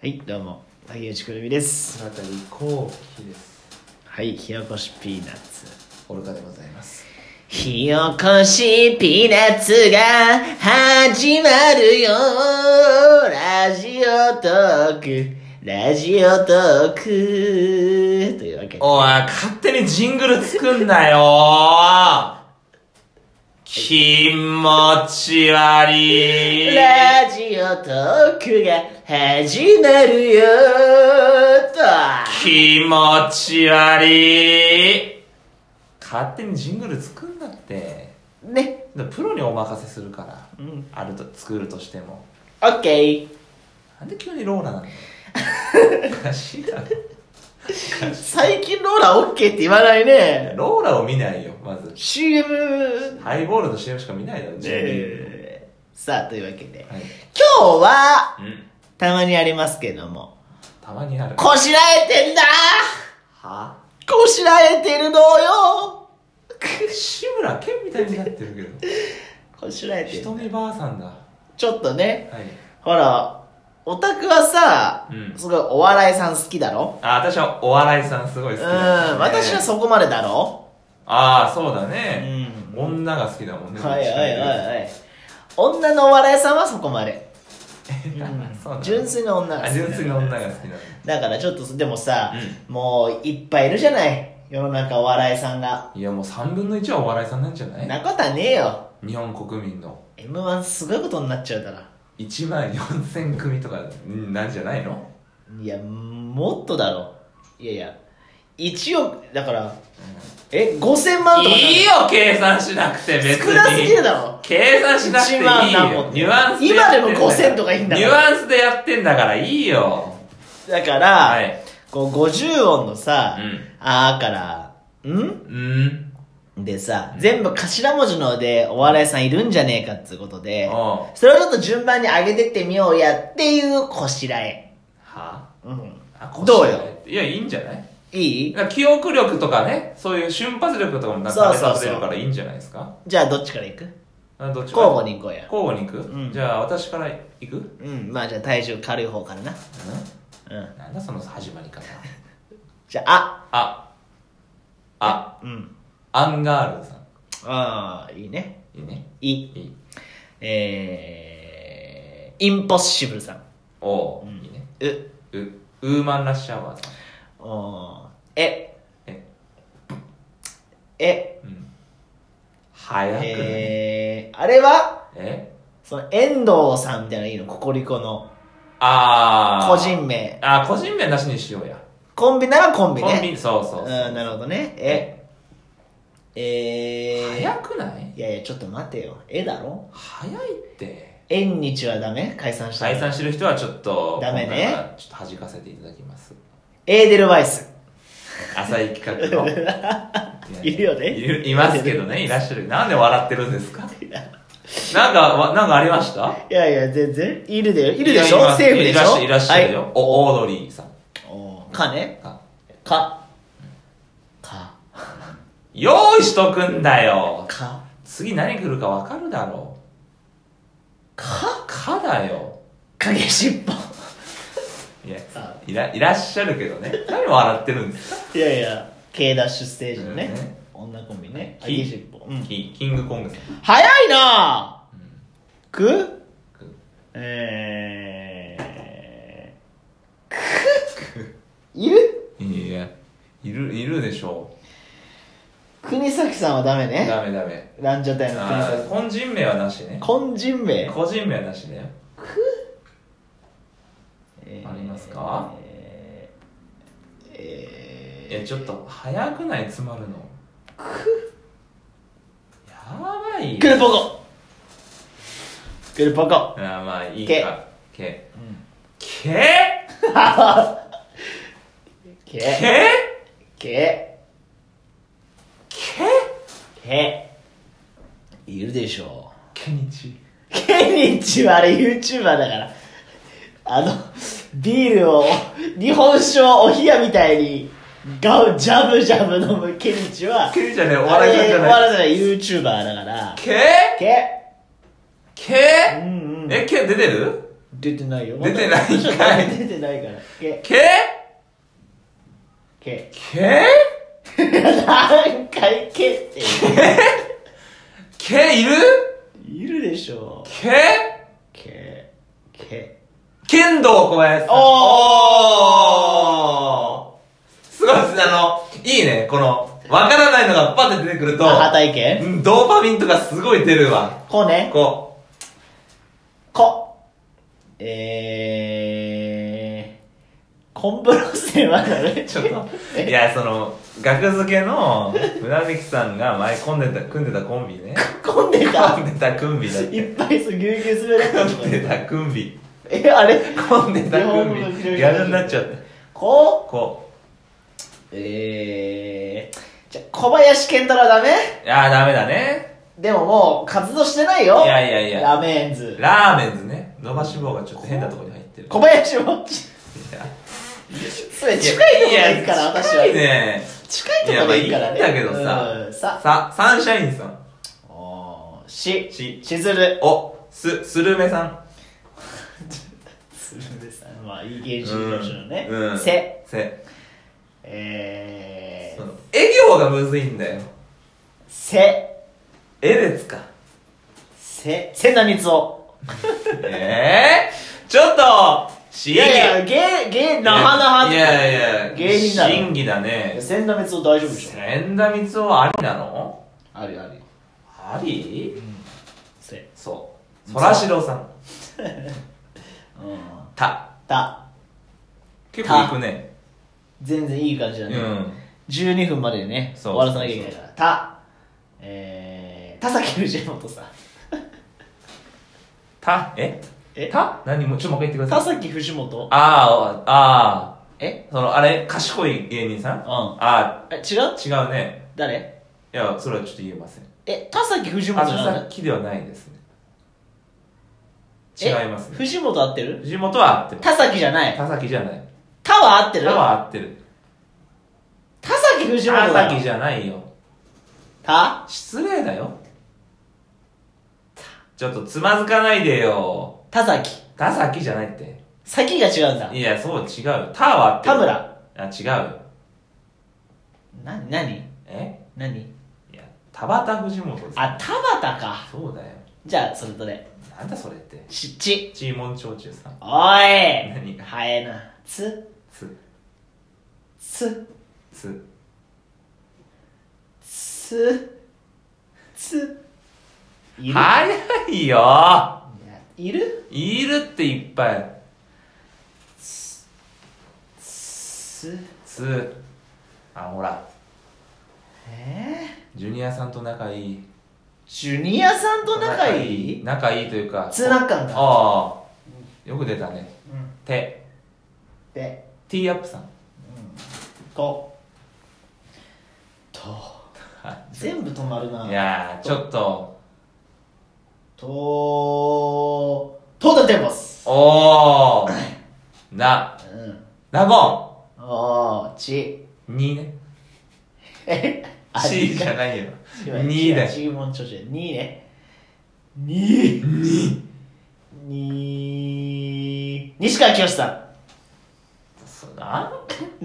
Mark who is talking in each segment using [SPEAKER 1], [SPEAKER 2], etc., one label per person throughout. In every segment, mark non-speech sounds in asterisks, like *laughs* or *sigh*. [SPEAKER 1] はい、どうも、竹内くるみです。
[SPEAKER 2] 船谷幸喜です
[SPEAKER 1] はい、ひよこしピーナッツ。
[SPEAKER 2] 愚かでございます
[SPEAKER 1] ひよこしピーナッツが始まるよ。ラジオトーク、ラジオトーク。というわけで。
[SPEAKER 2] おい勝手にジングル作んなよ *laughs* 気持ち悪い
[SPEAKER 1] ラジオトークが始まるよ。と。
[SPEAKER 2] 気持ち悪い勝手にジングル作んなって
[SPEAKER 1] ね、
[SPEAKER 2] プロにお任せするから、
[SPEAKER 1] うん
[SPEAKER 2] あると作るとしても
[SPEAKER 1] オッケー。
[SPEAKER 2] なんで急にローラなんだよおかしいだ *laughs* ろ
[SPEAKER 1] 最近ローラオッケーって言わないね。
[SPEAKER 2] ローラを見ないよまず
[SPEAKER 1] CM
[SPEAKER 2] ハイボールの CM しか見ないだろジングル
[SPEAKER 1] えーさあ、というわけで。
[SPEAKER 2] はい
[SPEAKER 1] 今日は、
[SPEAKER 2] うん
[SPEAKER 1] たまにありますけども、
[SPEAKER 2] たまにあるは
[SPEAKER 1] こしらえてんだ
[SPEAKER 2] あ
[SPEAKER 1] こしらえてるのよ
[SPEAKER 2] 志村けんみたいになってるけど
[SPEAKER 1] *laughs* こしらえて
[SPEAKER 2] ひ
[SPEAKER 1] る
[SPEAKER 2] と。みばあさんだは
[SPEAKER 1] ちょっとね、
[SPEAKER 2] い
[SPEAKER 1] ほら、オタクはさ、
[SPEAKER 2] うん
[SPEAKER 1] すごいお笑いさん好きだろ
[SPEAKER 2] あ私はお笑いさんすごい好
[SPEAKER 1] う
[SPEAKER 2] き
[SPEAKER 1] ん、
[SPEAKER 2] だ、
[SPEAKER 1] 私はそこまでだろ
[SPEAKER 2] ああそうだ
[SPEAKER 1] う
[SPEAKER 2] ね、
[SPEAKER 1] ん。
[SPEAKER 2] 女が好きだもんね
[SPEAKER 1] はいはいはい
[SPEAKER 2] い
[SPEAKER 1] はい。女のお笑いさんはそこまで。
[SPEAKER 2] *laughs* そうなんだ
[SPEAKER 1] 純粋な女が好き。
[SPEAKER 2] 純粋な女が好きなんだ
[SPEAKER 1] だからちょっと、でもさ、もういっぱいいるじゃない。世の中お笑いさんが。
[SPEAKER 2] いやもう3分の1はお笑いさんなんじゃない
[SPEAKER 1] なことはねえよ。
[SPEAKER 2] 日本国民の
[SPEAKER 1] M1 すごいことになっちゃうから。
[SPEAKER 2] 1万4000組とかんなんじゃないの
[SPEAKER 1] いや、もっとだろ。いやいや、1億、だから、え、5000万とか
[SPEAKER 2] いいよ計算しなくて別に
[SPEAKER 1] 少なすぎるだろ。
[SPEAKER 2] 計算しなくていい
[SPEAKER 1] 1万だも
[SPEAKER 2] よ
[SPEAKER 1] ん
[SPEAKER 2] ニュアンス
[SPEAKER 1] 今でも
[SPEAKER 2] やって
[SPEAKER 1] 5000
[SPEAKER 2] んだ
[SPEAKER 1] とかいいんだか
[SPEAKER 2] ニ
[SPEAKER 1] ら
[SPEAKER 2] ュアンスでやってんだからいいよ
[SPEAKER 1] だから、
[SPEAKER 2] はい
[SPEAKER 1] こう50音のさ、
[SPEAKER 2] うん
[SPEAKER 1] あーから、ん
[SPEAKER 2] うん
[SPEAKER 1] でさ、全部頭文字のでお笑いさんいるんじゃねえかっつうことで、
[SPEAKER 2] は
[SPEAKER 1] それをちょっと順番に上げてってみようやっていうこしらえ。
[SPEAKER 2] あ
[SPEAKER 1] うん。
[SPEAKER 2] あこっち
[SPEAKER 1] どうよ
[SPEAKER 2] いやいいんじゃない
[SPEAKER 1] いい
[SPEAKER 2] だから記憶力とかねそういう瞬発力とかもなん
[SPEAKER 1] そう
[SPEAKER 2] か
[SPEAKER 1] そうそう
[SPEAKER 2] 試されるからいいんじゃないですか
[SPEAKER 1] じゃあどっちからいく
[SPEAKER 2] あどっち
[SPEAKER 1] 交互に行こうや。
[SPEAKER 2] 交互に行く、
[SPEAKER 1] うん
[SPEAKER 2] じゃあ私から行く、う
[SPEAKER 1] うん、まあじゃあ体重軽い方からな。うん。
[SPEAKER 2] ん、なんだその始まり方
[SPEAKER 1] じゃあ、
[SPEAKER 2] ああ
[SPEAKER 1] あ、うん。
[SPEAKER 2] アンガールズさん
[SPEAKER 1] ああ、いいね。
[SPEAKER 2] いいね
[SPEAKER 1] い。
[SPEAKER 2] いい
[SPEAKER 1] えー、インポッシブルさん。
[SPEAKER 2] おお、ういいね
[SPEAKER 1] う。
[SPEAKER 2] うウーマンラッシュアワーさん
[SPEAKER 1] おーえ。
[SPEAKER 2] え。
[SPEAKER 1] え。
[SPEAKER 2] うん早くない
[SPEAKER 1] えー、あれは、
[SPEAKER 2] え
[SPEAKER 1] その、遠藤さんみたいなのいいのココリコの。
[SPEAKER 2] ああ
[SPEAKER 1] 個人名。
[SPEAKER 2] あー個人名なしにしようや
[SPEAKER 1] コンビならコンビ
[SPEAKER 2] コン
[SPEAKER 1] ね。
[SPEAKER 2] ビそうそ
[SPEAKER 1] う
[SPEAKER 2] うそう
[SPEAKER 1] ん、なるほどね。え。え
[SPEAKER 2] 早くない
[SPEAKER 1] ー、いやいや、ちょっと待てよ。えだろ
[SPEAKER 2] 早いって
[SPEAKER 1] 縁日はダメ解散したら
[SPEAKER 2] 解散してる人はちょっと
[SPEAKER 1] ダメね
[SPEAKER 2] 今回はちょっと弾かせていただきます
[SPEAKER 1] エーデルワイス。
[SPEAKER 2] 浅い企
[SPEAKER 1] *laughs*
[SPEAKER 2] 画の
[SPEAKER 1] いるよね
[SPEAKER 2] いるいますけどねいらっしゃるなんで笑ってるんですかなんかわなんかありました
[SPEAKER 1] いやいや、全然。いるでよ。いるでし
[SPEAKER 2] いや
[SPEAKER 1] ょ
[SPEAKER 2] ます
[SPEAKER 1] セーフでし
[SPEAKER 2] いらっ
[SPEAKER 1] ょ
[SPEAKER 2] しゃいらっしゃるよ、
[SPEAKER 1] はい
[SPEAKER 2] おオードリーさん
[SPEAKER 1] おーかね
[SPEAKER 2] が
[SPEAKER 1] か。か。
[SPEAKER 2] 用意しとくんだよ
[SPEAKER 1] か。
[SPEAKER 2] 次何来るか分かるだろうかかだよ
[SPEAKER 1] 影しっぽ。
[SPEAKER 2] いや
[SPEAKER 1] さ
[SPEAKER 2] いらいらっしゃるけどね何笑ってるんですか
[SPEAKER 1] いやいや、K ダッシュステージのね
[SPEAKER 2] うんね、
[SPEAKER 1] 女コンビね。
[SPEAKER 2] き
[SPEAKER 1] 影しっぽ。うん
[SPEAKER 2] キキングコングさん
[SPEAKER 1] 早いなぁ
[SPEAKER 2] うん
[SPEAKER 1] く
[SPEAKER 2] く
[SPEAKER 1] えー。くいる
[SPEAKER 2] いやいるいるでしょ
[SPEAKER 1] 国崎さんはダメ
[SPEAKER 2] う
[SPEAKER 1] ね。
[SPEAKER 2] ダメダメ
[SPEAKER 1] ランジャタイの国
[SPEAKER 2] あー
[SPEAKER 1] 崎
[SPEAKER 2] 個人名はなしね
[SPEAKER 1] さん。根人名。
[SPEAKER 2] 個人名はなしね
[SPEAKER 1] えー
[SPEAKER 2] ありますか
[SPEAKER 1] えーえ
[SPEAKER 2] いやちょっと早くない詰まるのやばい
[SPEAKER 1] ー、クルポコクルポコ、
[SPEAKER 2] あーまあいいかけけ
[SPEAKER 1] け
[SPEAKER 2] け
[SPEAKER 1] け
[SPEAKER 2] け
[SPEAKER 1] けいるでしょ
[SPEAKER 2] けにち
[SPEAKER 1] うケニッチはあれ YouTuber だからあのビールを日本酒をお冷やみたいにガウジャブジャブ飲むケニッチは
[SPEAKER 2] けじゃねえお笑いさんじゃ
[SPEAKER 1] あれお
[SPEAKER 2] ない
[SPEAKER 1] 笑いさんじゃない YouTuber だから
[SPEAKER 2] け
[SPEAKER 1] け
[SPEAKER 2] け
[SPEAKER 1] うんうん
[SPEAKER 2] えけ出てる
[SPEAKER 1] 出てないよ
[SPEAKER 2] 出てないんかい
[SPEAKER 1] *laughs* 出てないからけ
[SPEAKER 2] け
[SPEAKER 1] け *laughs*
[SPEAKER 2] け
[SPEAKER 1] 何回けって
[SPEAKER 2] けいる
[SPEAKER 1] いるでしょ
[SPEAKER 2] け
[SPEAKER 1] けけ
[SPEAKER 2] 剣道小林さ
[SPEAKER 1] お
[SPEAKER 2] ん。おーすごいですね、あの、いいね、この、わからないのがパッて出てくると、
[SPEAKER 1] 母体験
[SPEAKER 2] うんドーパミンとかすごい出るわ。
[SPEAKER 1] こね
[SPEAKER 2] こ
[SPEAKER 1] こえーコンブロセンはだね、
[SPEAKER 2] う、ちょっといや、その、額付けの、村木さんが前組んでた、組んでたコンビね。
[SPEAKER 1] 混んでた
[SPEAKER 2] 組んでたコンビだっ
[SPEAKER 1] い
[SPEAKER 2] て。
[SPEAKER 1] っぱいそうぎゅうぎゅう詰められ
[SPEAKER 2] 組ん
[SPEAKER 1] て
[SPEAKER 2] で
[SPEAKER 1] る
[SPEAKER 2] たコンビ。
[SPEAKER 1] えあれ
[SPEAKER 2] 混んでたコンビ
[SPEAKER 1] 日本語の広。げ
[SPEAKER 2] ギャルになっちゃって。
[SPEAKER 1] こ
[SPEAKER 2] こ
[SPEAKER 1] えーじゃ小林健太郎はダメ
[SPEAKER 2] う。いやー、ダメだね。
[SPEAKER 1] でももう活動してないよ
[SPEAKER 2] いやいやいや
[SPEAKER 1] ラメーンズ
[SPEAKER 2] ラーメンズね。伸ばし棒がちょっと変なとこに入ってる。
[SPEAKER 1] 小林もっち
[SPEAKER 2] いや
[SPEAKER 1] それ近いとこがいいから
[SPEAKER 2] や
[SPEAKER 1] 私は
[SPEAKER 2] 近いね
[SPEAKER 1] 近いとこがいいからね
[SPEAKER 2] いやまあいいんだけどさ
[SPEAKER 1] うんさ
[SPEAKER 2] さサンシャインさん
[SPEAKER 1] おーし
[SPEAKER 2] し
[SPEAKER 1] しずる
[SPEAKER 2] おすスルメさん
[SPEAKER 1] 鶴瓶さんはいい芸人事務所のね、
[SPEAKER 2] うんうん
[SPEAKER 1] せ
[SPEAKER 2] せ
[SPEAKER 1] え
[SPEAKER 2] そ
[SPEAKER 1] ー、
[SPEAKER 2] のえ行がむずいんだよ
[SPEAKER 1] せ
[SPEAKER 2] えですか
[SPEAKER 1] せせなみつお
[SPEAKER 2] ええー、ちょっと審
[SPEAKER 1] い
[SPEAKER 2] 議
[SPEAKER 1] やいや芸芸なはなは
[SPEAKER 2] やいやいや
[SPEAKER 1] 芸人なの
[SPEAKER 2] 審議だね
[SPEAKER 1] せなみつお大丈夫でしょ
[SPEAKER 2] 千田光雄ありなの
[SPEAKER 1] あるある
[SPEAKER 2] あり
[SPEAKER 1] せ
[SPEAKER 2] そうそらしろさん
[SPEAKER 1] うん
[SPEAKER 2] た
[SPEAKER 1] た
[SPEAKER 2] 結構いくね
[SPEAKER 1] 全然いい感じだ
[SPEAKER 2] う
[SPEAKER 1] ね、
[SPEAKER 2] ん
[SPEAKER 1] 12分まででね終
[SPEAKER 2] そう
[SPEAKER 1] わらさなきゃいけないからたえー、田崎藤本さん
[SPEAKER 2] たえ
[SPEAKER 1] え
[SPEAKER 2] た何もうちょっともう一回言ってくだ
[SPEAKER 1] 田
[SPEAKER 2] さい
[SPEAKER 1] 崎藤本
[SPEAKER 2] ああああ
[SPEAKER 1] え
[SPEAKER 2] そのあれ賢い芸人さん、
[SPEAKER 1] ん
[SPEAKER 2] あ
[SPEAKER 1] え違う
[SPEAKER 2] あ違うね
[SPEAKER 1] 誰
[SPEAKER 2] いやそれはちょっと言えません
[SPEAKER 1] え田崎藤本
[SPEAKER 2] あ
[SPEAKER 1] じゃない
[SPEAKER 2] さっきではないですね違
[SPEAKER 1] え
[SPEAKER 2] いますね
[SPEAKER 1] 藤本合ってる
[SPEAKER 2] 藤本は合ってる
[SPEAKER 1] 田崎じゃない
[SPEAKER 2] 田崎じゃない
[SPEAKER 1] 田は合ってる
[SPEAKER 2] 田は合ってる
[SPEAKER 1] 田崎藤
[SPEAKER 2] 田
[SPEAKER 1] 本だ
[SPEAKER 2] 崎じゃないよ
[SPEAKER 1] 田
[SPEAKER 2] 失礼だよちょっとつまずかないでよ
[SPEAKER 1] 田崎
[SPEAKER 2] 田崎じゃないって
[SPEAKER 1] 先が違うんだ
[SPEAKER 2] いやそう違う田は合ってる
[SPEAKER 1] 田村
[SPEAKER 2] あ違う
[SPEAKER 1] な何
[SPEAKER 2] え
[SPEAKER 1] 何
[SPEAKER 2] いや田畑藤本です
[SPEAKER 1] あ田畑か
[SPEAKER 2] そうだよ
[SPEAKER 1] じゃあそれとね
[SPEAKER 2] なんだそれって
[SPEAKER 1] しち
[SPEAKER 2] チーモン長中さん
[SPEAKER 1] おい
[SPEAKER 2] 何が
[SPEAKER 1] 早いなつ
[SPEAKER 2] つ
[SPEAKER 1] つ
[SPEAKER 2] つ
[SPEAKER 1] つついる
[SPEAKER 2] 早いよ
[SPEAKER 1] いる
[SPEAKER 2] いるっていっぱい
[SPEAKER 1] つ
[SPEAKER 2] つあほら
[SPEAKER 1] え
[SPEAKER 2] ジュニアさんと仲いい
[SPEAKER 1] ー、ジュニアさんと仲いい
[SPEAKER 2] 仲いいというか
[SPEAKER 1] つなかんだ
[SPEAKER 2] ああよく出たね
[SPEAKER 1] うん
[SPEAKER 2] 手
[SPEAKER 1] で
[SPEAKER 2] T アップさん
[SPEAKER 1] こと *laughs* 全部止まるない
[SPEAKER 2] やーちょっと
[SPEAKER 1] とと出てます
[SPEAKER 2] おおな
[SPEAKER 1] うん
[SPEAKER 2] ラゴ
[SPEAKER 1] おーち
[SPEAKER 2] ン2ね
[SPEAKER 1] え
[SPEAKER 2] C じゃないよ
[SPEAKER 1] 2
[SPEAKER 2] 2
[SPEAKER 1] だ
[SPEAKER 2] だ
[SPEAKER 1] チーモン長寿2ね2
[SPEAKER 2] 2
[SPEAKER 1] に西川きよしさ
[SPEAKER 2] なん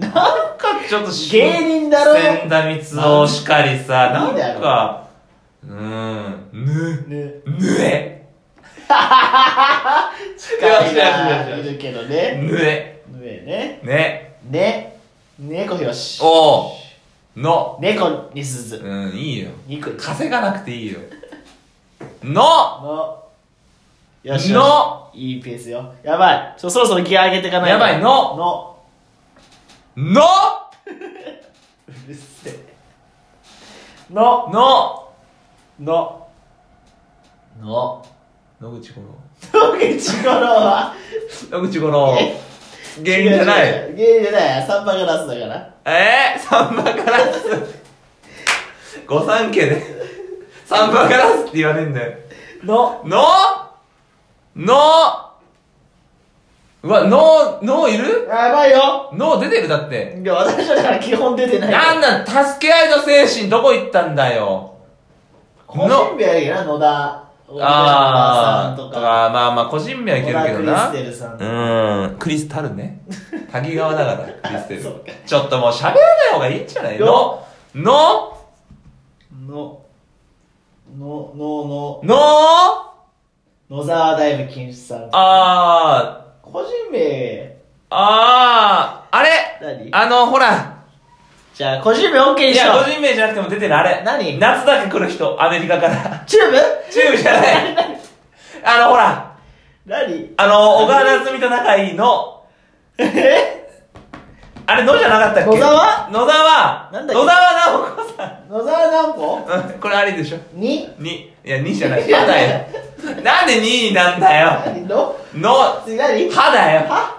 [SPEAKER 1] んなん
[SPEAKER 2] かちょっと
[SPEAKER 1] 芸人だろ
[SPEAKER 2] 千田光雄しかりさない
[SPEAKER 1] いだ
[SPEAKER 2] ん
[SPEAKER 1] ろ
[SPEAKER 2] かうーんぬ
[SPEAKER 1] ぬ
[SPEAKER 2] ぬえ
[SPEAKER 1] 近い
[SPEAKER 2] よしよし
[SPEAKER 1] な
[SPEAKER 2] よしよし
[SPEAKER 1] いるけどね
[SPEAKER 2] ぬえ
[SPEAKER 1] ぬえね
[SPEAKER 2] ね
[SPEAKER 1] ね猫ひろし
[SPEAKER 2] おうの
[SPEAKER 1] 猫にすず
[SPEAKER 2] うんいいよ
[SPEAKER 1] 肉
[SPEAKER 2] 稼がなくていいよの
[SPEAKER 1] のよしよし
[SPEAKER 2] の
[SPEAKER 1] いいペースよやばいそそろそろギア上げていかないと
[SPEAKER 2] やばいの
[SPEAKER 1] の
[SPEAKER 2] の
[SPEAKER 1] うるせえの
[SPEAKER 2] の
[SPEAKER 1] の
[SPEAKER 2] の野口五
[SPEAKER 1] 野口五郎は
[SPEAKER 2] 郎野口五郎芸人じゃな
[SPEAKER 1] 違
[SPEAKER 2] いう
[SPEAKER 1] 違う芸人じゃないサンバガラスだから
[SPEAKER 2] えー、サンバカラス御三家でサンバカラスって言わねえんだよ
[SPEAKER 1] の
[SPEAKER 2] ののうわののいる
[SPEAKER 1] やばいよ
[SPEAKER 2] の出てるだって
[SPEAKER 1] いや私はだから基本出てない
[SPEAKER 2] なんなん助け合いの精神どこ行ったんだよ
[SPEAKER 1] 個人名やな野田
[SPEAKER 2] あ
[SPEAKER 1] 大
[SPEAKER 2] ー
[SPEAKER 1] 島さん
[SPEAKER 2] と
[SPEAKER 1] と
[SPEAKER 2] か
[SPEAKER 1] か、
[SPEAKER 2] まあまあ個人名はいけるけ
[SPEAKER 1] 小
[SPEAKER 2] ど
[SPEAKER 1] 田
[SPEAKER 2] な
[SPEAKER 1] クリステルさんと
[SPEAKER 2] うんクリスタル *laughs* ね滝川だからクリステル
[SPEAKER 1] そうか
[SPEAKER 2] ちょっともう喋らない方がいいんじゃないのの
[SPEAKER 1] の、の、の、の、
[SPEAKER 2] の
[SPEAKER 1] 野沢ダイブ禁止さんとか。
[SPEAKER 2] あー
[SPEAKER 1] 個人名、
[SPEAKER 2] あーあれ
[SPEAKER 1] 何
[SPEAKER 2] あのほら
[SPEAKER 1] じゃあ、個人名 OK に
[SPEAKER 2] い
[SPEAKER 1] し
[SPEAKER 2] や
[SPEAKER 1] よ
[SPEAKER 2] 個人名じゃなくても出てるあれ
[SPEAKER 1] 何
[SPEAKER 2] 夏だけ来る人アメリカから *laughs*
[SPEAKER 1] う。チューブ
[SPEAKER 2] チューブじゃないあのほら
[SPEAKER 1] 何
[SPEAKER 2] あの小川夏美と仲いいの
[SPEAKER 1] え
[SPEAKER 2] あれ、野じゃなかったっけ
[SPEAKER 1] 野沢
[SPEAKER 2] 野沢
[SPEAKER 1] なんだっけ
[SPEAKER 2] 野沢直子さ
[SPEAKER 1] 野沢何個
[SPEAKER 2] ん。うん、これありでしょ
[SPEAKER 1] に
[SPEAKER 2] ?2。いや、2じゃない。歯だよ。なんで2になんだよ。
[SPEAKER 1] 何の
[SPEAKER 2] の、
[SPEAKER 1] 次何は
[SPEAKER 2] 歯だよ。
[SPEAKER 1] ははは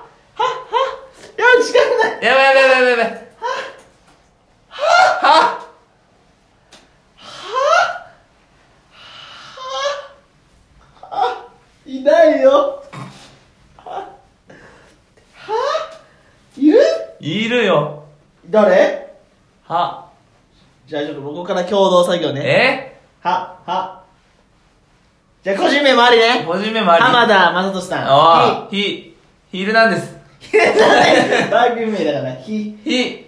[SPEAKER 1] いや、時間ない。
[SPEAKER 2] やばいやばいやばいやばい。歯歯
[SPEAKER 1] いないよ。は、はいる
[SPEAKER 2] いるよ。
[SPEAKER 1] 誰
[SPEAKER 2] 歯。
[SPEAKER 1] じゃあちょっとここから共同作業ね。
[SPEAKER 2] え
[SPEAKER 1] は、は。じゃあ個人名もありね。
[SPEAKER 2] 個人名もあり。
[SPEAKER 1] 浜。田雅俊さ
[SPEAKER 2] ああ、ひ、ひるなんです。
[SPEAKER 1] ん。ひ、なんで番組名だから、ひ。
[SPEAKER 2] ひ、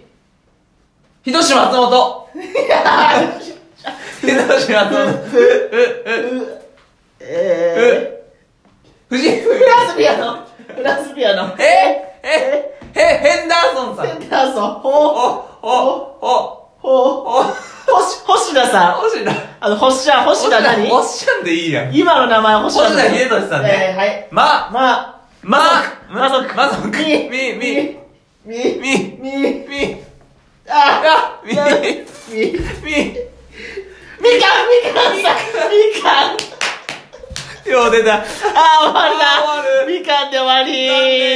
[SPEAKER 2] ひとし松本。ひとし松本。う、
[SPEAKER 1] う、
[SPEAKER 2] う、
[SPEAKER 1] え
[SPEAKER 2] 藤井
[SPEAKER 1] ー、フランスピアノ。フランスピアノ。
[SPEAKER 2] ええへ、ヘンダーソンさん。
[SPEAKER 1] センターソン、
[SPEAKER 2] お、
[SPEAKER 1] ほう、
[SPEAKER 2] お、
[SPEAKER 1] ほう、
[SPEAKER 2] お、お、
[SPEAKER 1] ほし、星田さん。
[SPEAKER 2] おしだ。
[SPEAKER 1] あの、星田、星田何
[SPEAKER 2] おっしゃんでいいやん。
[SPEAKER 1] 今の名前星田
[SPEAKER 2] 星田秀俊さんね
[SPEAKER 1] えー、はい。
[SPEAKER 2] ま、
[SPEAKER 1] ま、
[SPEAKER 2] ま、
[SPEAKER 1] まぞく。
[SPEAKER 2] まぞく。み、み、み、
[SPEAKER 1] み、
[SPEAKER 2] み、
[SPEAKER 1] み、み、
[SPEAKER 2] み、
[SPEAKER 1] あ、
[SPEAKER 2] あ、み、
[SPEAKER 1] み、みかん、み
[SPEAKER 2] み、
[SPEAKER 1] かんさん、みかん。
[SPEAKER 2] よう出た。
[SPEAKER 1] あ、終わりだ。
[SPEAKER 2] 終わる
[SPEAKER 1] みかんで終わり
[SPEAKER 2] 残念